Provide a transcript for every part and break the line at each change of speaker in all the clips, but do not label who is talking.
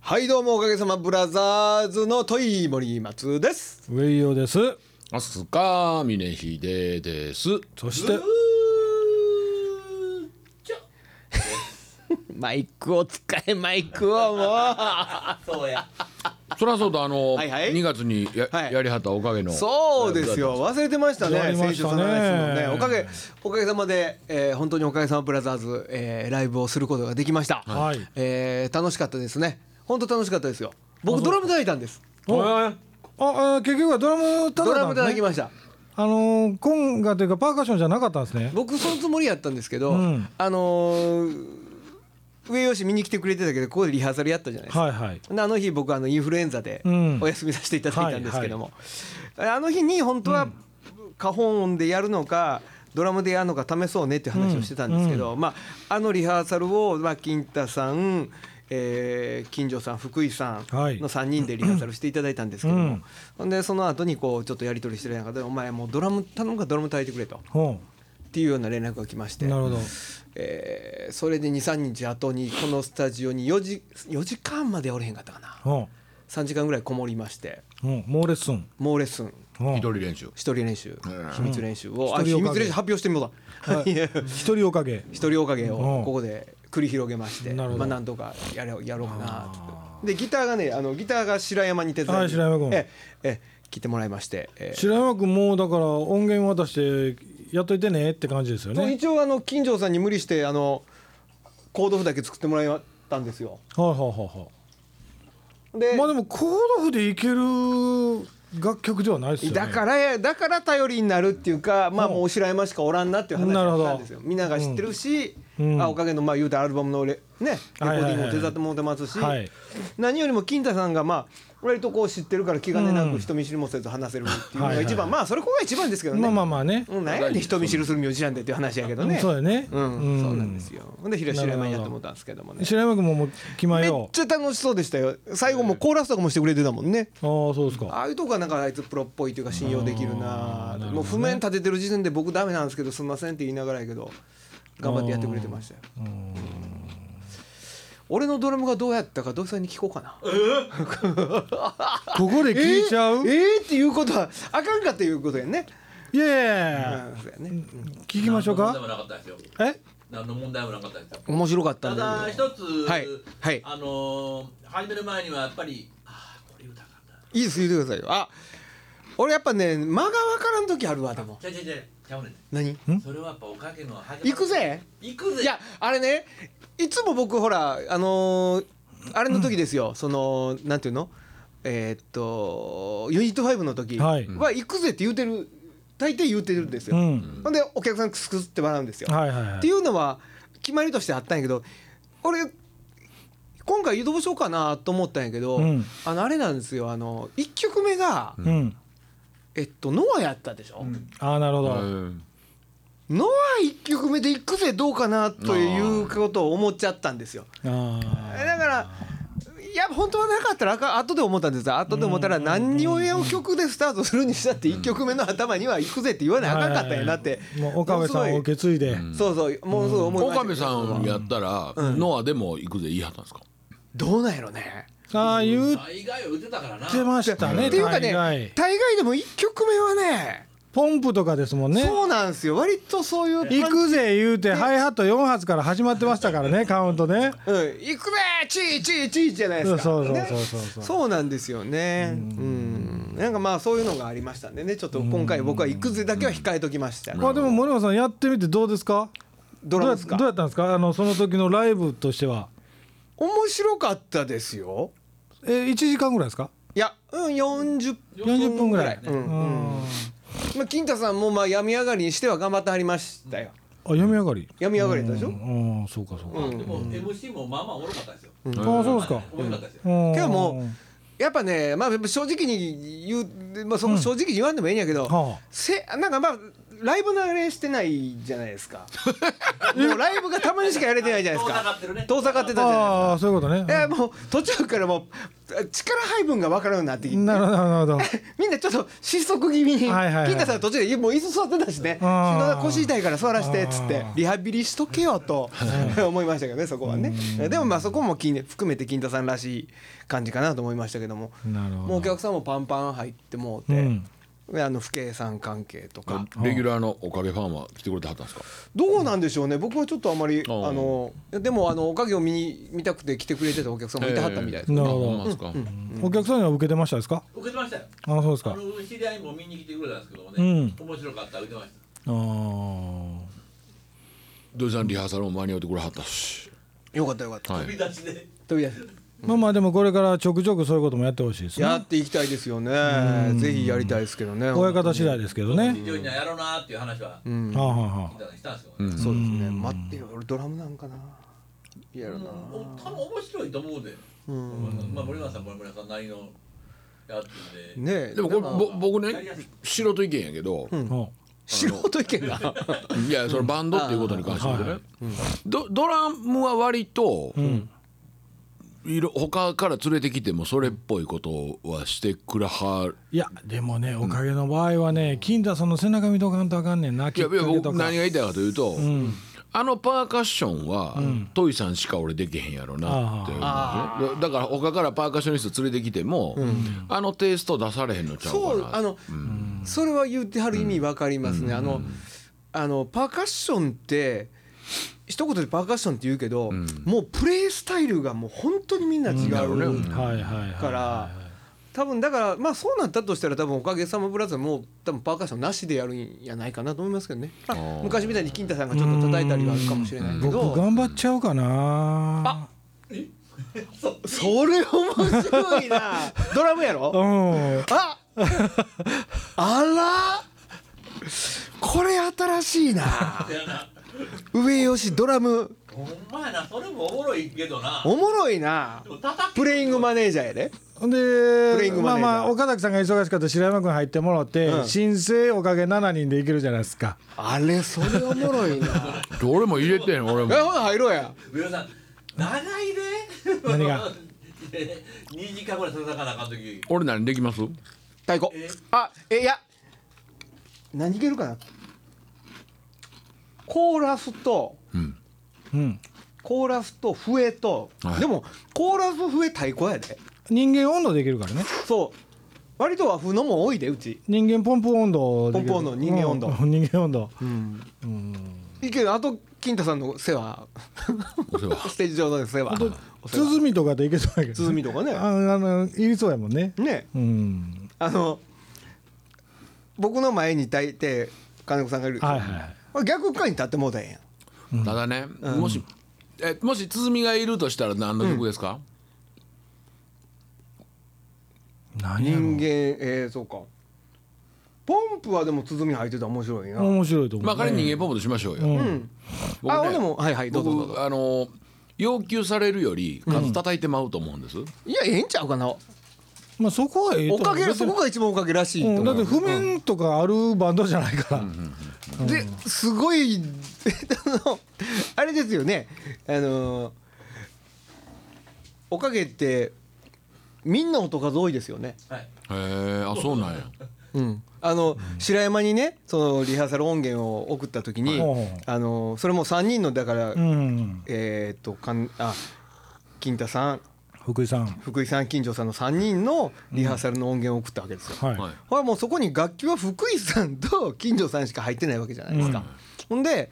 はいどうもおかげさまブラザーズのトイ森松です
ウェイヨーです。
アスカミネヒデです。
そして、
マイクを使えマイクをもうそうや
そりゃそうだあの、
はいはい
2月にや,、
はい
やりはったおかげの
そうですよ忘れてましたね
やりま
先週
し
そ
たね
の話もねおかげおかげさまで、えー本当におかげさまブラザーズ、えーライブをすることができました、
はい
えー楽しかったですね本当楽しかったですよ僕ドラム叩いたんです
おああ結局はドラム
ド
叩い
ラ
たん
ム
で
叩き
すね。
ました
あのー、コンガというかパーカッションじゃなかったんですね。
僕そのつもりやったんですけど、
うん
あのー、上吉見に来てくれてたけどここでリハーサルやったじゃないですか、
はいはい。
であの日僕あのインフルエンザで
うん
お休みさせていただいたんですけども、あの日に本当は花本音でやるのかドラムでやるのか試そうねっていう話をしてたんですけど、まあ、あのリハーサルを、まあ、金太さん、えー金城さん福井さん
はい
の3人でリハーサルしていただいたんですけど
う
も
ん、
ほんでその後にこうちょっとやり取りしてる中で「お前もうドラム頼むからドラム叩いてくれ」と。
ほ
っていうような連絡が来まし
う。
て
なるほど。
えーそれで23日後にこのスタジオに4時 ,4 時間までおれへんかったかな
ほ
3時間ぐらいこもりまして
う。ほう。猛烈ソン。
猛レッスン
ほう
一。人練習。
一人練習
ん
秘密練習を、あ
一人おかげ
秘密練習発表してみようだ、いや
一人おかげ。
一人おかげを
うん
ここで繰り広げまして、
なるほど
まあ、なんとかやろうやろうかなとでギターがねあのギターが白山に手伝い
は
に
い白山君
えええ来てもらいまして、え
白山君もうだから音源渡してやっといてねって感じですよ
そう
ね。
一応あの金城さんに無理してあのコード譜だけ作ってもらったんですよ
はいはいはいは
で
い。まあでもコード譜でいける楽曲ではないですよね。
だからだから頼りになるっていうかまあ
うん
もう白山しかおらんなっていう話
なる
だ
ほ
っ
ど
たんですよみんなが知ってるし、
うん
あおかげのまあ言うたらアルバムのレ,、ね、レコーディング
はいはい
も
はい
手伝ってもらってますし、
はい
何よりも金太さんがまあ割とこう知ってるから気兼ねなく人見知りもせず話せるっていうのが一番、
はいはい
まあそれここが一番ですけどね、
まあまあまあね。
うん、何やねん人見知りするミュージシャンでっていう話やけどね、
うんそうだよね。
うんそうなんですよほんで平白山にやってもらったんですけどもね
白山君ももう決ま
め
え
っ
よう。
ちゃ楽しそうでしたよ最後もコーラスとかもしてくれてたもんね
ああそうですか。
ああいうとこがなんかあいつプロっぽいというか信用できるな
あーなるほどね
もう譜面立ててる時点で僕ダメなんですけどすみませんって言いながらやけど頑張ってやってくれてましたよ俺のドラムがどうやったか土井さんに聞こうかな
ここで聞いちゃう、
えーえーっていうことはあかんかっていうことやね
いやいやいや
うんそうやね
聞きましょう
何の問題も
か
なかったですよ。
え
何の問題もなかったですよ。
面白かった
た
んだ
だ
け
一つ、
はいはい
あのー始める前にはやっぱり、ああこれ歌かんだ。
どいいです言ってくださいよあ俺やっぱね間が分からん時あるわでも
じゃじゃじゃちゃうね
何
ん。それはやっぱおかげの始まり
行く。ぜ
行くぜ。
いやあれねいつも僕ほらあのーあれの時ですよ、そのなんていうのえーっとユニット5の時は
はい
行くぜって言うてる大抵言うてるんです
う
よ、
ん
ほんでお客さんクスクスって笑うんですよ、
はいはいは
ってい
いう
のは決まりとしてあったんやけど俺今回どうしようかなと思ったんやけど、
うん
あのあれなんですよあの1曲目が、
うん
えっとノアやったでしょ、
ああなるほど、
うん
ノア1曲目で行くぜどうかなということを思っちゃったんですよ
あ
えだからいや本当はなかったらあか後で思ったんですよ後で思ったら何をやを曲でスタートするにしたって1曲目の頭には「行くぜ」って言わ
あ
なあかんかったんやなって
もう岡部さんを受け継いで、
ものすごいそうそうもうすぐ思いました
岡部さんやったら、ノアでも行くぜ言いはったんですか。
どうなんやろね
ああ言っ
大概は打てたからな。
てましたね
っていうかね
大概
大概でも1曲目はね
ポンプとかですもんね
そうなんですよ割とそういう
行くぜ言うてハイハット4発から始まってましたか らねカウントね
うん行くぜチーチーチーじゃないですか
そうそうそう
ね
そうそうそう
そうなんですよねうんなんかまあそういうのがありましたんでねちょっと今回僕は「行くぜ」だけは控えときました
まあでも森本さんやってみてどうですか
ドラム
どうや
ですか
どうやったんですかあのその時のライブとしては
面白かったですよ
え1時間ぐらいですか
いやうん40
40分ぐらい
うん
うんあ
まあ、金太さんもまあ病み上がりにしては頑張ってはりましたよ
読み上がり
病み上がりだでしょ、
うんそうかそうか、
でも MC もまあまあおろかったですよ。
ああそうですか、
おろかったですよ。
今
けどもやっぱね、まあ、やっぱ正直に言う、まあ、その正直に言わんでもええんやけど、
はあ
せなんかまあライブ慣れしてないじゃないです かもうライブがたまにしかやれてないじゃないですか
遠ざかってるね
遠ざかってたじゃないですか
ああそういうことね。
えーもう途中からも力配分が分からんようになってきて
なるほどなるほど。
みんなちょっと失速気味に、
はいはいはい
金田さん途中でいやもう椅子座ってたしね
うん
篠田腰痛いから座らしてっつって
うん
リハビリしとけよと 思いましたけどねそこはねでもまあそこも金含めて金田さんらしい感じかなと思いましたけども
なるほど
もうお客さんもパンパン入ってもう
う
て、
ん
あの不敬さん関係とか
レギュラーのおかげファンは来てくれてはったんですか
どうなんでしょうね僕はちょっとあまりあ
ん
のでもあのおかげを見に見たくて来てくれてたお客さんもいてはったみたいです、
ええ
な
な
る
るほど
ほどですか
お客さんには受けてましたですか？
受けてましたよ
あそうです
あ
か。
の知り合いも見に来てくれたんですけどもね、
う
面白かった受けてました
あー
土井さんリハーサルも間に合ってくれはったし
よかったよかった、
はい
飛び出しで
とりあえず
まあまあでもこれからちょくちょくそういうこともやってほしいです
や
ね
っ。ていきたいですよね、ぜひやりたいですけどね
親方次第ですけどね。
非常にやろうなーっていう話は
うん
はあはあはあ
いただいたんですけどね、
そうですね待ってよ俺ドラムなんかなやるな
うん、多分面白いと思うで、うんまあ、森村さんも森村さんなりのやってて、
ねえ
でもこれ
なんか
ぼ僕ね素人意見やけど、
は
素人意見が
いやそのバンドっていうことに関してはね、
はい
ドドラムは割と、いろ他から連れてきてもそれっぽいことはしてくれはる
いやでもねおかげの場合はね金田さんの背中見とかんとあかんねんないきっ
や
か
いや
けと
僕
か
何が言いたいかというと、
ん
あのパーカッションは、トイさんしか俺できへんやろなって思うねだだから他からパーカッショニスト連れてきても、あのテイスト出されへんのちゃ う
そ
か
う
な
あの、それは言ってはる意味わかりますね、あのあのパーカッションって一言でパーカッションって言うけど、もうプレイスタイルがもう本当にみんな違う、
うんなるほどね
はいはいはい
から多分だからまあそうなったとしたら多分おかげさまブラザーも多分パーカッションなしでやるんやないかなと思いますけどね、まあ
ー
昔みたいに金太さんがちょっと叩いたりはあるかもしれないけ
僕
ど
頑張っちゃうかな
それ面白いな ドラムやろ
うん
ああらこれ新しいな上吉ドラム
ほんまやなそれもおもろいけどな
おもろいな
でも叩き
プレイングマネージャーやでレイ
で
ング
ま
マネージャー
あまあ岡崎さんが忙しかった白山君入ってもらって、
うん
申請おかげ7人でいけるじゃないですか
あれそれおもろいな
俺も入れてん俺
え
も
ほな入ろうや
上田さん長いで
何が
で2時間ぐらい叩かなあかん時
俺何できます
太鼓
え
あえいや何いけるかなコーラスと
うん
コーラスと笛と、
はい
でもコーラス笛太鼓やで
人間温度できるからね
そう割と和風のも多いでうち
人間ポンプ温度できる
ポンプ温度人間温度
うん人間温度
いいけどあと金太さんの世話
お世 話
ステージ上の世話お世話
鼓とかでいけそうやけど
鼓とかね
ああのいりそうやもんね
ね
うん
あの僕の前に抱いて金子さんがいるでしょ
はいはいはい
これ逆側に立ってもうたんやん
ただね、もしえもし鼓がいるとしたら何の曲ですか、
何やろ
人間えー、そうかポンプはでも鼓入ってたら面白いな、うん
面白いと思う、
まあ仮に人間ポンプとしましょうよ、僕ね
あ俺もはいはいどうぞどうぞ
僕あの要求されるより数叩いてまうと思うんです、
いやええんちゃうかな
まあそこはええと
お
思う
かげ
別
そ
に
こが一番おかげらしいと
うん、
思
だ
う
って譜面とかあるバンドじゃないから、
ですごい あのあれですよねあのーおかげってみんな音数多いですよね、
はい
へえあそうなんや
うん、あの白山にねそのリハーサル音源を送った時に、
はい
あのそれも3人のだから、
うん、
えーっとかんあ金太さん
福井さんは
福井さん金城さんの3人のリハーサルの音源を送ったわけですよ。
い、
はい
ほらもうそこに楽器は福井さんと金城さんしか入ってないわけじゃないですか。ほんで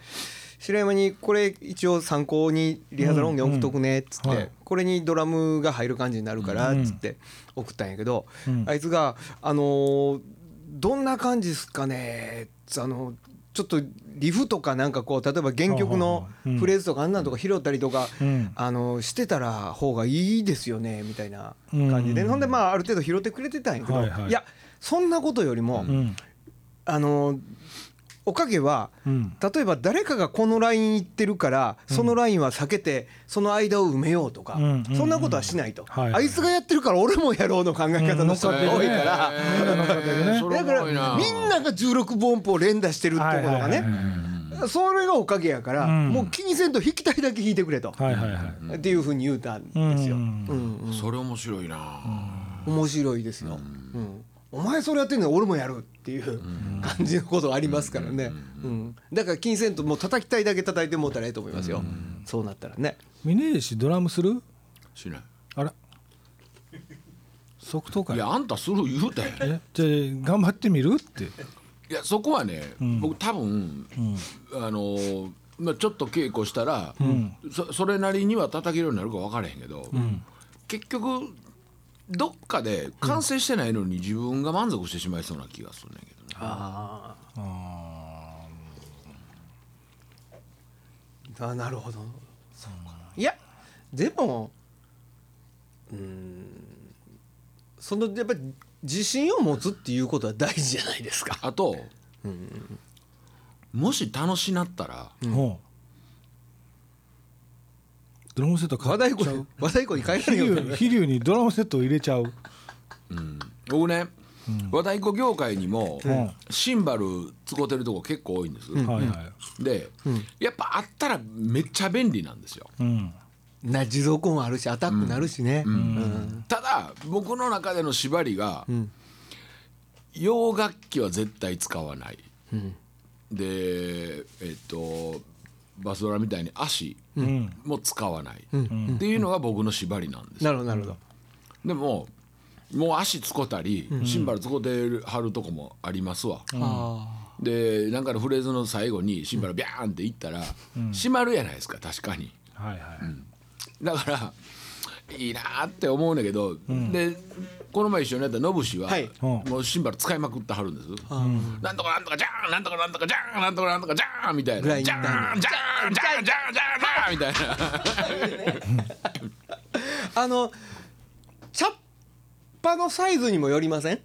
白山にこれ一応参考にリハーサル音源送っとくねっつって、
うんうんはい
これにドラムが入る感じになるからっつって送ったんやけど、
うん
あいつが「あのーどんな感じですかね?」あのちょっとリフとかなんかこう例えば原曲の
うん
フレーズとかあんなんとか拾ったりとか、
うん
あのしてたら方がいいですよねみたいな感じで、
うん
ほんでまあある程度拾ってくれてたんやけど、
はい
い
はい
やそんなことよりも、
うん
あのおかげは
うん
例えば誰かがこのライン行ってるからそのラインは避けてその間を埋めようとか、
うん
そんなことはしないと、
はい
あいつがやってるから俺もやろうの考え方の人が多いから、
へー
ね
そ
だ
れお
か
も
ら
ろ
み
いな
な
ん
が16分音符を連打してるってことがね、
はいはいはい
それがおかげやから、
うん
もう気にせんと弾きたいだけ弾いてくれと、
はいはいはい
っていうふうに言うたん
うん
ですよ。うん
それ面白いな、
面白いですよ、うんお前それやってんの俺もやるっていう感じのことがありますからね、うん、だから金銭ともう叩きたいだけ叩いてもうたらええと思いますよ、そうなったらね
峰岸ドラムする
しない
あら即答会
いやあんたする言うたやん
えじゃあ頑張ってみるって
いやそこはね、僕多分、あのーまあ、ちょっと稽古したら、そそれなりには叩けるようになるか分からへんけど、結局どっかで完成してないのに自分が満足してしまいそうな気がするんだけどね、
あ
あ
あなるほどいやでもうんそのやっぱり自信を持つっていうことは大事じゃない ですか
あと、もし楽しなったら
ーほうドラムセット買
和
っちゃ
太鼓
う
に和太鼓に変えら
飛
れるようになる
龍飛龍にドラムセットを入れちゃう
僕ね、和太鼓業界にも、
ん
シンバル使ってるとこ結構多いんです、
はいはい
で、やっぱあったらめっちゃ便利なんですよ
うん
な持続音あるしアタックなるしね、
ただ僕の中での縛りが、洋楽器は絶対使わない、でえっとバスドラみたいに足
うん
も使わない、っていうのが僕の縛りなんです、
なるほどなるほど、
でももう足使ったり、シンバル使ってはるとこもありますわ、
あ
でなんかのフレーズの最後にシンバルビャーンっていったら、閉まるやないですか確かに。
はいはい
だからいいなーって思うんだけど、でこの前一緒になったノブ氏は、
はい
もうシンバル使いまくってはるんです、なんとかなんとかじゃーんなんとかなんとかじゃーんなんとかなんとかじゃーんみたい
ぐら
ない
に
じゃーんじゃーんじゃーんじゃーんじゃーんじゃーんみたいな
ああのチャッパのサイズにもよりません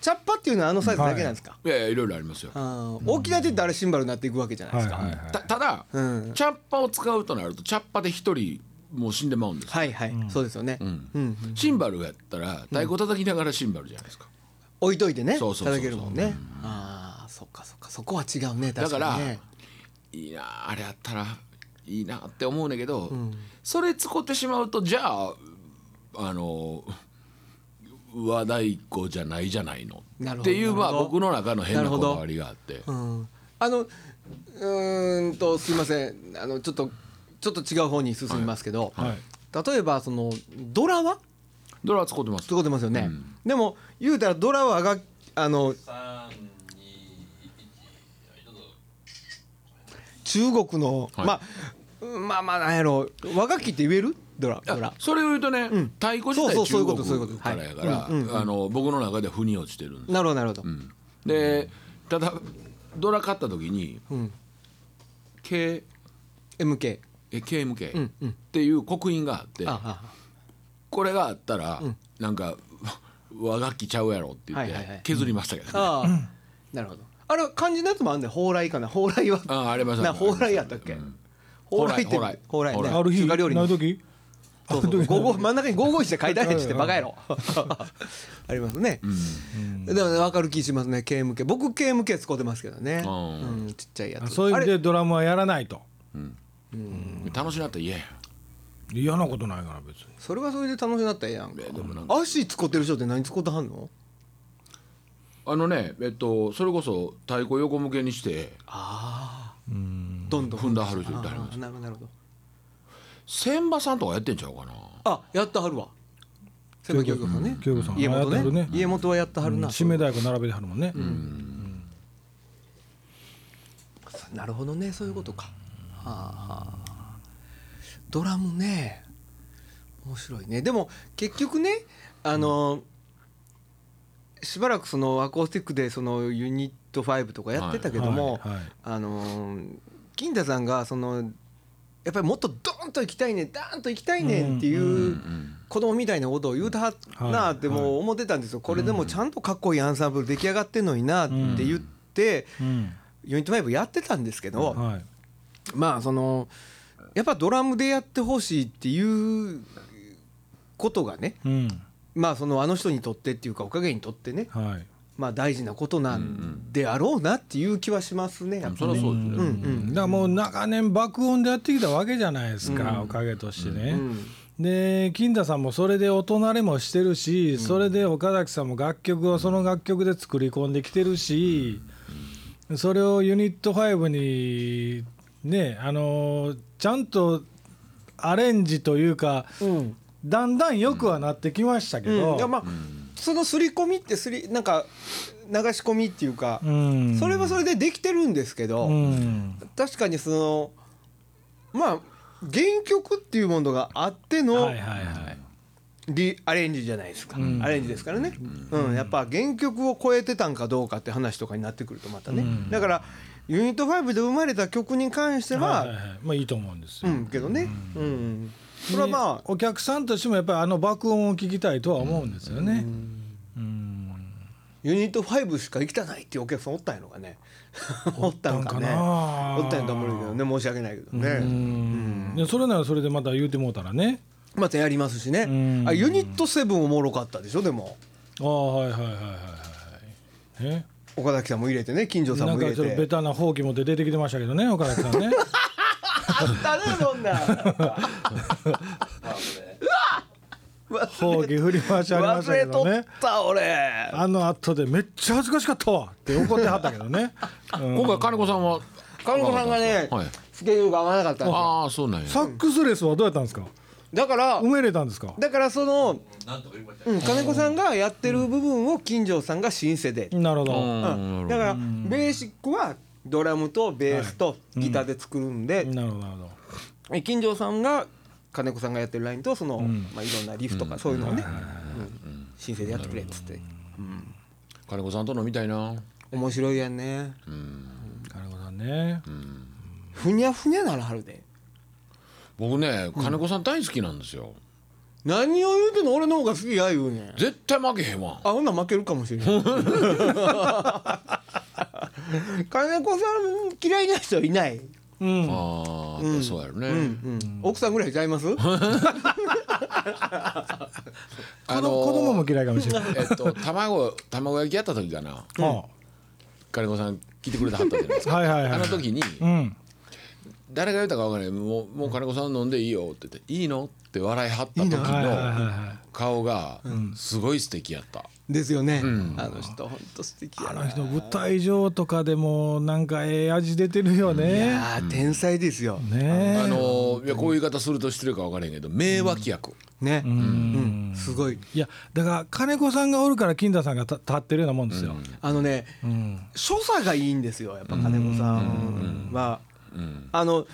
チャッパっていうのはあのサイズだけなんですか、
いやいやいろいろありますよ
あー大きな手ってあれシンバルになっていくわけじゃない
は
で
い
すか、
はい
たただ、
うん
チャッパを使うとなるとチャッパで一人もう死んでまうんです、
はいはい、そうですよね、うん
シンバルやったら太鼓叩きながらシンバルじゃないですか、
置いといてね
そうそうそうそう
叩けるもんね、ああそっかそっかそこは違うね
だ
確
か
からにね
いいなああれあったらいいなって思うんだけど、それ使ってしまうとじゃああの和太鼓じゃないじゃないの
なる
っ
ほど
ていうまあ
なるほど
僕の中の変
な
な
るほ
こ
ど
だわりがあって
うんあのうーんとすいませんあのちょっとちょっと違う方に進みますけど、
はい
例えばそのドラは
ドラ使ってます
使ってますよね、でも言うたらドラはがあの
三二一どうぞ
中国の、
はい
まあうんまあまあなんやろ和楽器って言えるドラドラ
あそれを言うとね、太鼓自体
そうそうそういうことそういう
中
こと
国からやか
は
ら
いうんうんうん
あの僕の中では腑に落ちてるんです、
なるほどなるほど、
うんでただドラ買った時に
うん、
K
MK
え KMK、
うんうん
っていう刻印があって
ああ
これがあったら、なんか和楽器ちゃうやろって言っ
はいはいはい
て削りましたけど、ね
ああ、なるほどあれは漢字のやつもあんねん蓬莱かな蓬莱は
あああります
な
あります
蓬莱やったっけ、
うん
蓬莱って
蓬莱
蓬莱
蓬
ね
莱
ある日
中華料理
な
の
る時
そうそう55真ん中に551で書いてあるんしてバカやろありますね、でもね分かる気しますね KMK 僕 KMK 使ってますけどね、
う
うん
ん
ちっちゃいや
あ
つ
そういう意
あ
味
れ
でドラムはやらないと
楽しなったら言え
嫌なことないから別に
それはそれで楽しくなったらええやんか
やんでもなんか
足使ってる人って何使ってはんの
あのねえっとそれこそ太鼓横向けにして
ああどんどん
踏んだはる人ってあり
あ
ま
あ
す
なるほどなるほど
千葉さんとかやってんちゃうかな
あやったはるわ先輩教育さんね
京子さん
家元
あやってはる
ね
ね
家元はやったはるな
締め太鼓並べてはるもんね
なるほどねそういうことか、はあはあドラムね面白いねでも結局ねあの、しばらくそのアコースティックでそのユニット5とかやってたけども、
はいはい
あの金田さんがそのやっぱりもっとドーンと行きたいねんダーンと行きたいねんっていう。子供みたいなことを言うたはっなあってもう思ってたんですよ、これでもちゃんとかっこいいアンサンブル出来上がってんのになって言って、
うん
ユニット5やってたんですけど、
はい
まあそのやっぱドラムでやってほしいっていうことがね
うん
まあそのあの人にとってっていうかおかげにとってね
はい
まあ、大事なことなんであろうなっていう気はしますねやっぱ
そりゃそうですね、
だからもう長年爆音でやってきたわけじゃないですか、おかげとしてね。で金田さんもそれで大人れもしてるし、それで岡崎さんも楽曲をその楽曲で作り込んできてるし、それをユニット5にねあのちゃんとアレンジというか、
うん
だんだん良くはなってきましたけ
うん
ど、
いやまあその刷り込みってすりなんか流し込みっていうか、
うん
それはそれでできてるんですけど、
うん
確かにそのまあ原曲っていうものがあっての
はいはいはい
リアレンジじゃないですか、
ん
アレンジですからね、うんやっぱ原曲を超えてたんかどうかって話とかになってくるとまたね、だからユニット5で生まれた曲に関しては、
はいはいはいまあいいと思うんです
う
よ。
んけどね、うんそれはま
で
あ
お客さんとしてもやっぱりあの爆音を聞きたいとは思うんですよね。
ユニット5しか生きたないっていうお客さんおったんやろか ねおったんかね
お
お
ったんかな
ったんやと思うけどね申し訳ないけどね、
うんでそれならそれでまた言うてもうたらね。
またやりますしね、
ん
あユニット7おもろかったでしょでも
ああはいはいはいはいはい。ね。
岡崎さんも入れてね金城さん
な
も
ん
入
か
れ
ちょっと
て
ベタなほうき持って出てきてましたけ どね岡崎さんね。
あったねそんな
あそれ
ほうき振り回しありまし
忘
たけ
れと
ど
っ
ね。
た俺
あの後でめっちゃ恥ずかしかったわって怒ってはったけどね。うん
今回金子さんは
金子さんがね、
はい
スケジュールが合わなかったんですよ
ああそうなんや
サックスレスはどうやったんですか。
だから、
埋めれたんですか。
だからその、
なんとか言いました
う
よ
ん、金子さんがやってる部分を金城さんがシンセで、
なるほど。
うんだからベーシックはドラムとベースとギターで作るんで、
なるほどなるほど。
え金城さんが金子さんがやってるラインとその、まあ、いろんなリフとかそういうのをね、うん、申請でやってくれっつって
金子さんと飲みたいな
面白いやんね
金子さんね。
ふにゃふにゃならはるで
僕ね金子さん大好きなんですよ、
何を言うてんの俺の方が好きや言うねん
絶対負けへんわ
あほんなら負けるかも しれない金子さん嫌いな人はいない、
うん。
ああ、そうやろね、
うん、奥さんぐらいちゃいます
子
あ
供子供も嫌いかもしれない。
えっと卵卵焼きやった時かな
あ
金子さん来てくれたはったじゃないです
あ
か
はい はいは
あ
い
の。時に
うん。
誰が言ったか分からないもうもう金子さん飲んでいいよって言って「いいの?」って笑いはった
いい
時
な
はいはいはい
の
はい。
顔がすごい素敵やった
ですよね、あの人本当素敵や
あ
な
の人舞台上とかでもなんかええ味出てるよね。
あー天才ですよ、
ねえ。
あのいやこういう言い方すると失礼か分からへんけど名脇役
ね、うん
ん
すごい
いやだから金子さんがおるから金田さんがた立ってるようなもんですよ。
あのね、
うん。
所作がいいんですよやっぱ金子さんは、あの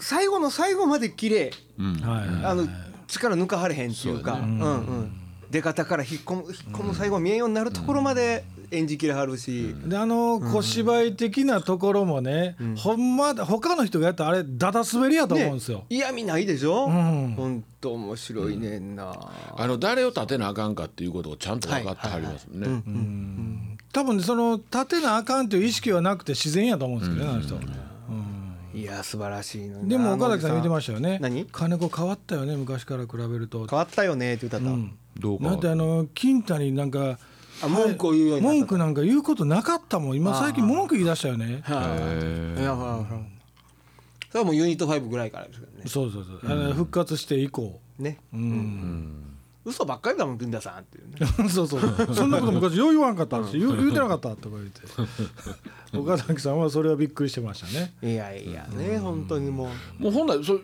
最後の最後まで綺麗
はい
あ
は
の力抜かはれへんっていうかう、んうん、出方から引っ込む引っ込む最後見えんようになるところまで演じきれはるし、
い。であの小芝居的なところもね、ほんま他の人がやったらあれダダ滑りやと思うんですよ。
嫌味ないでしょ、
ん
ほんと面白いねんな、
あの誰を立てなあかんかっていうことをちゃんと分かってはりますもんね、
多分ねその立てなあかんという意識はなくて自然やと思うんですけどねあの人。
いや素晴らしいのにな
でも岡崎さん言ってま
し
したよね。
何
金子変わったよね昔から比べると。
変わったよねって歌った、
どうか
だってあの金太になんか
あ文句を言うようになった
文句なんか言うことなかったもん今最近文句言い出したよね
はいいやほらほらそれはもうユニット5ぐらいからですけどね
そうそうそうあの復活して以降
ねうん嘘ばっかりだもん軍田さんっていうね
そうそうそうそんなこと昔よう言わんかったし言う言うてなかったとか言って岡崎さんはそれはびっくりしてましたね
いやいやね本当にもう
もう本来そう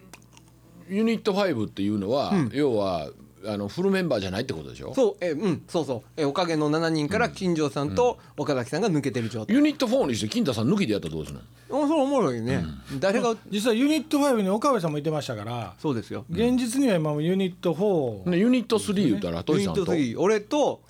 ユニット5っていうのは、要はあのフルメンバーじゃないってことでしょ
そうえうんそうそうえおかげの7人から金城さんと岡崎さんが抜けてる状態
ユニット4にして金太さん抜きでやったらどうするの
おそうおもろいね誰が
実際ユニット5に岡部さんもいてましたから
そうですよ
現実には今もユニット4
ねユニット3言ったら
ユ
トイ
ニ
さん
ット
と、
3俺と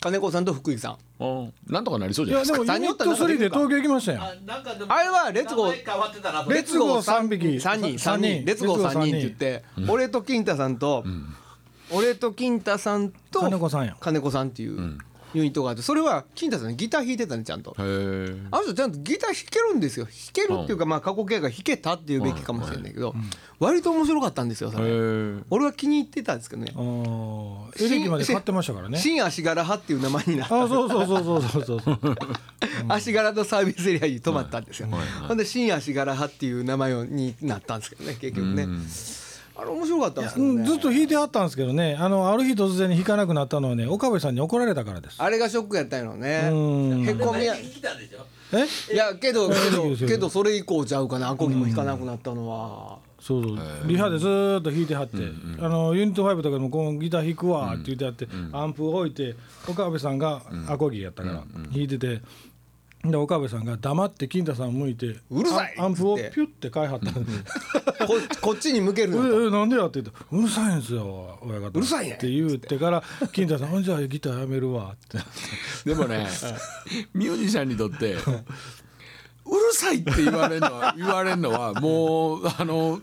金子さんと福井さん
うんなんとかなりそう
い
じゃな
や
い
でもユニット3で東京行きましたよ
あなんかでも
あれはレッツゴー
名前変わってたなと
レッツゴー三匹
三人三
三
人
人
レッツゴー3人っ
レッ
て言
ツ
って俺と金太さんと俺と金太さんと
金子さんや
金子さんっていうユニットがあってそれは金太さんギター弾いてたねちゃんと
へえ
あの人ちゃんとギター弾けるんですよ弾けるっていうかまあ過去形が弾けたっていうべきかもしれないけど割と面白かったんですよそ
へ
れ
え
俺は気に入ってたんですけどね
あーエレキまで買ってましたからね
新足柄派っていう名前になっ
あそうそうそうそうそうそうそう
足柄のサービスエリアに泊まったんですよ、
はいはい
ほんで新足柄派っていう名前になったんですけどね結局ね、あれ面白かったんですけど
うん
ね
ずっと弾いてはったんですけどねあのある日突然に弾かなくなったのはね岡部さんに怒られたからです
あれがショックやったんやろね
うん
へこみや
前に来たでしょ
え
いやけどけ
うん
どけどそれ以降ちゃうかなアコギも弾かなくなったのは、
そうそうリハでずーっと弾いてはって、あのユニット5とかでもこのギター弾くわって言ってはって、アンプ置いて岡部さんがアコギやったから弾いてて。で岡部さんが黙って金太さん向いて
うるさい
あアンプを
っ
ピ
つって
ュッて買いはったんで
こ こっちに向ける
え
のと
えなんでやって言ったらうるさいんですよ親方
うるさいねん
って言ってから金太さんほんじゃあギターやめるわって
でもねミュージシャンにとってうるさいって言われるのは言われるのはもうあの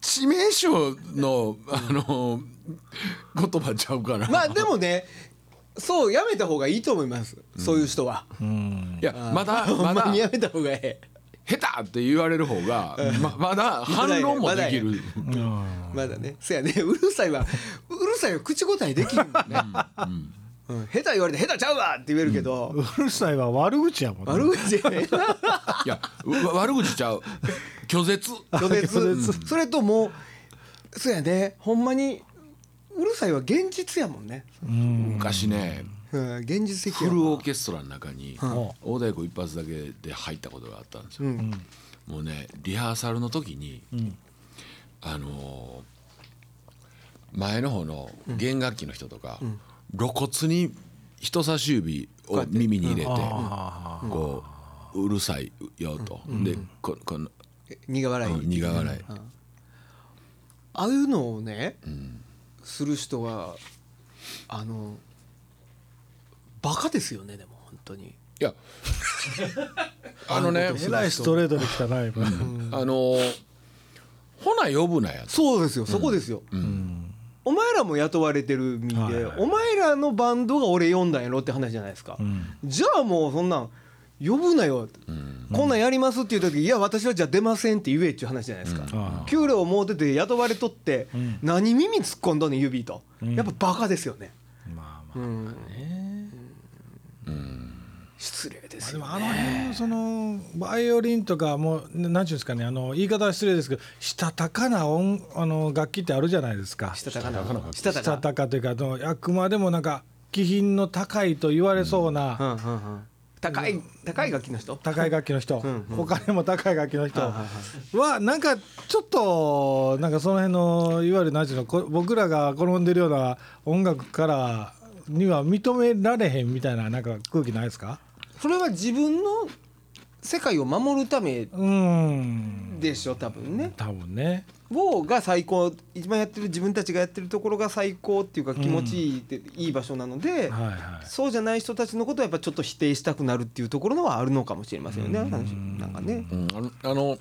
致命傷のあの言葉ちゃうかな、
まあでもねそうやめた方がいいと思います、そういう人は、
いやまだ
ほ
ま
んま
だ
にやめた方がええ
下手って言われる方がままだ反論もできる
まだねそやね うるさいはうるさいは口答えできるもんね、うん下手言われて下手ちゃうわって言えるけど、
うるさいは悪口やもんね
悪口で
いやわ悪口ちゃう拒絶
拒絶それともうそうやねほんまにうるさいは現実やもんね、
昔ね
うん、現実的
フ
や
ル
もん
オーケストラの中に大太鼓一発だけで入ったことがあったんですよ、もうねリハーサルの時に、あのー前の方の弦楽器の人とか、露骨に人差し指を耳に入れて、こううるさいよと、でここの
苦笑い、
うん苦笑い、
ああいうのをね、する人はあのバカですよねでも本当に
いや あのね
えらいストレートできたな今
あのーほな呼ぶなやと
そうですよそこですよ、お前らも雇われてる身で、
はいはい
お前らのバンドが俺呼んだんやろって話じゃないですか、じゃあもうそんなん呼ぶなよ、こんなんやりますって言った時いや私はじゃあ出ませんって言えっていう話じゃないですか、
あ
給料もうてて雇われとって、何耳突っ込んどんねん指と、やっぱバカですよね、
まあまあ
うん失礼です
で
よ
もあの辺のそのバイオリンとかもうなんていうんですかねあの言い方は失礼ですけどしたたかな音あの楽器ってあるじゃないですか
したたかなした
したた
か
たかというかあのあくまでもなんか気品の高いと言われそう
うん
な
うんうん高い高い楽器の人
高い楽器の人、お金も高い楽器の人
はいは
はなんかちょっとなんかその辺のいわゆる何ていうのこ僕らが転んでるような音楽からには認められへんみたいななんか空気ないですか
それは自分の世界を守るため
うーん
でしょ多分ね
多分ね
ウォーが最高今やってる自分たちがやってるところが最高っていうか気持ちいいって、いい場所なので、
はいはい
そうじゃない人たちのことはやっぱちょっと否定したくなるっていうところのはあるのかもしれませんよね、なんかね、
うんあのあの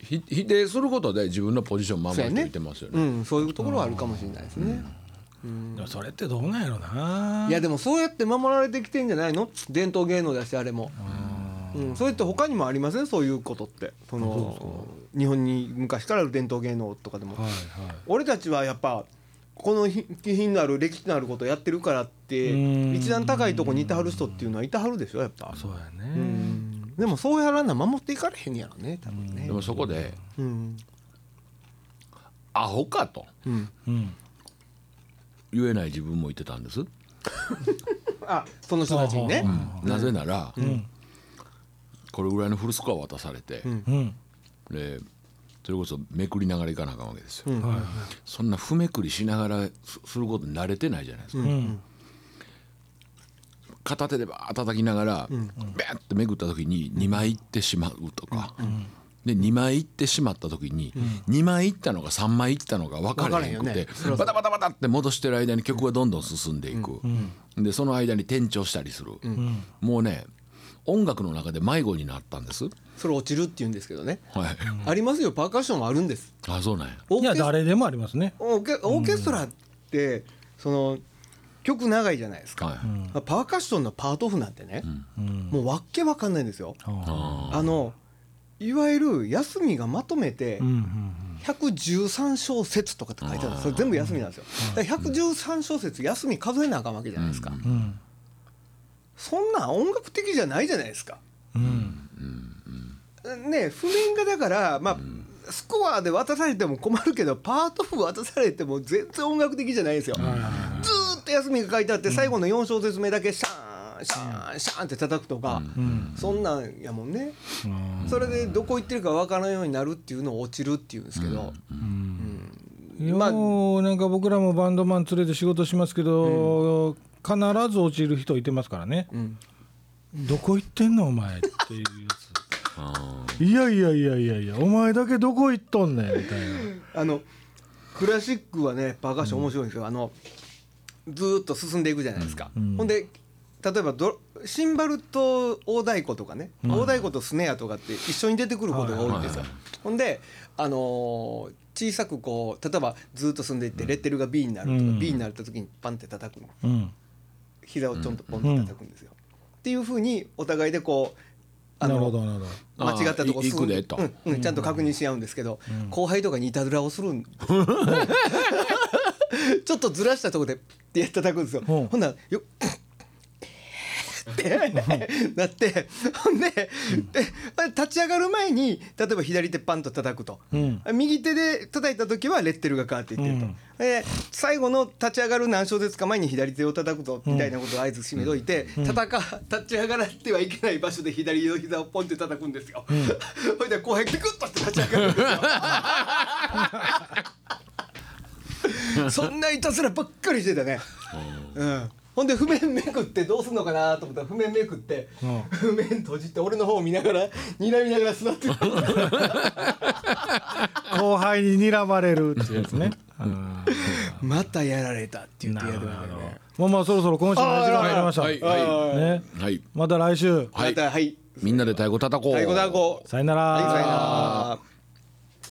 ひ否定することで自分のポジション守っていてますよ
う
ね。
ん、そういうところはあるかもしれないですね、
でもそれってどうなんやろない
やでもそうやって守られてきてんじゃないの伝統芸能だしあれも、うん、それって他にもありませんそういうことってその日本に昔からある伝統芸能とかでも、
はい
俺たちはやっぱこのひ気品のある歴史のあることをやってるからって
うん
一段高いとこにいてはる人っていうのはいてはるでしょやっぱ
そうやね、
うんでもそうやらな守っていかれへんやろね多分ね
でもそこで
うん
アホかと
うん
うん、
言えない自分も言ってたんです。
あその人たちにね
なぜなら、これぐらいのフルスコア渡されて、
うん、
でそれこそめくりながらいかなあかんわけですよ。
はいはい
そんな不めくりしながらすすること慣れてないじゃないですか。
ん
片手でバーッ叩きながら、ベーってめくった時に2枚いってしまうとか、で2枚いってしまった時に2枚いったのか3枚いったのか分からへんく
分からへんよね
て、バタバタバタって戻してる間に曲がどんどん進んでいく、でその間に転調したりする、もうね音楽の中で迷子になったんです。
それ落ちるって言うんですけどね
はい、
ありますよパーカッションはあるんです
あそうなんや
オー
い
ケ
や
ストラ
誰でもありますね
オーケオーケストラってその曲長いじゃないですか、
はい
パーカッションのパートオフなんてね、もうわっけわかんないんですよ、
あ
あのいわゆる休みがまとめて、
うんうん
113小節とかって書いてあるんですそれ全部休みなんですよだから113小節休み数えなあかんわけじゃないですか、
うんうん
そんなん音楽的じゃないじゃないですか
うん
ね譜面がだからまあ、スコアで渡されても困るけどパート譜渡されても全然音楽的じゃないですよ、ずーっと休みが書いてあって最後の4小節目だけシャーンシャーンシャーンって叩くとか、
うん
そんなんやもんね
うん
それでどこ行ってるか分からんようになるっていうのを落ちるっていうんですけど、まあ
ようなんか僕らもバンドマン連れて仕事しますけど、必ず落ちる人いてますからね、
ん
どこ行ってんのお前っていうや
あ
つ いやいやいやいやいやお前だけどこ行っとんねんみたい
あのクラシックはねパーカッション面白いんですよ、あのずーっと進んでいくじゃないですか、
うん
ほんで例えばドシンバルと大太鼓とかね、大太鼓とスネアとかって一緒に出てくることが多いんですよ、
はいはいはい
ほんで、あのー小さくこう例えばずーっと進んでいってレッテルが B になるとか、
うん
B になった時にパンって叩くの
な、うん、
膝をちょんとポンって叩くんですよ、っていうふうにお互いでこう
なるほどなるほど
間違ったとこ
あーい行くでと
うんうん、ちゃんと確認し合うんですけど、後輩とかにいたずらをするんちょっとずらしたとこでってやって叩くんですよ、
うん
ほんならよってなってほんで,で、立ち上がる前に例えば左手パンと叩くと、
うん
右手で叩いた時はレッテルが変わっていってると、
うん
で最後の立ち上がる何小節か前に左手を叩くぞみたいなことを合図しめといて、叩か立ち上がらってはいけない場所で左の膝をポンって叩くんですよ、 ほいで後輩ピクッとして立ち上がるんですよそんないたずらばっかりしてたね、うん、ほんで譜面めくってどうすんのかなと思ったら譜面めくって、
うん
譜面閉じて俺の方を見ながら睨みながら座ってた
後輩に睨まれるってやつねうん
またやられたって言っ
な
てや
る
る
ほど
わけね。
まあまあそろそろ今週の時間になりました、
はい
はいはい
ね、
はい
また来週
はい
またはい。
みんなで太鼓叩こう
太鼓だこ。
さよなら
はいさよなら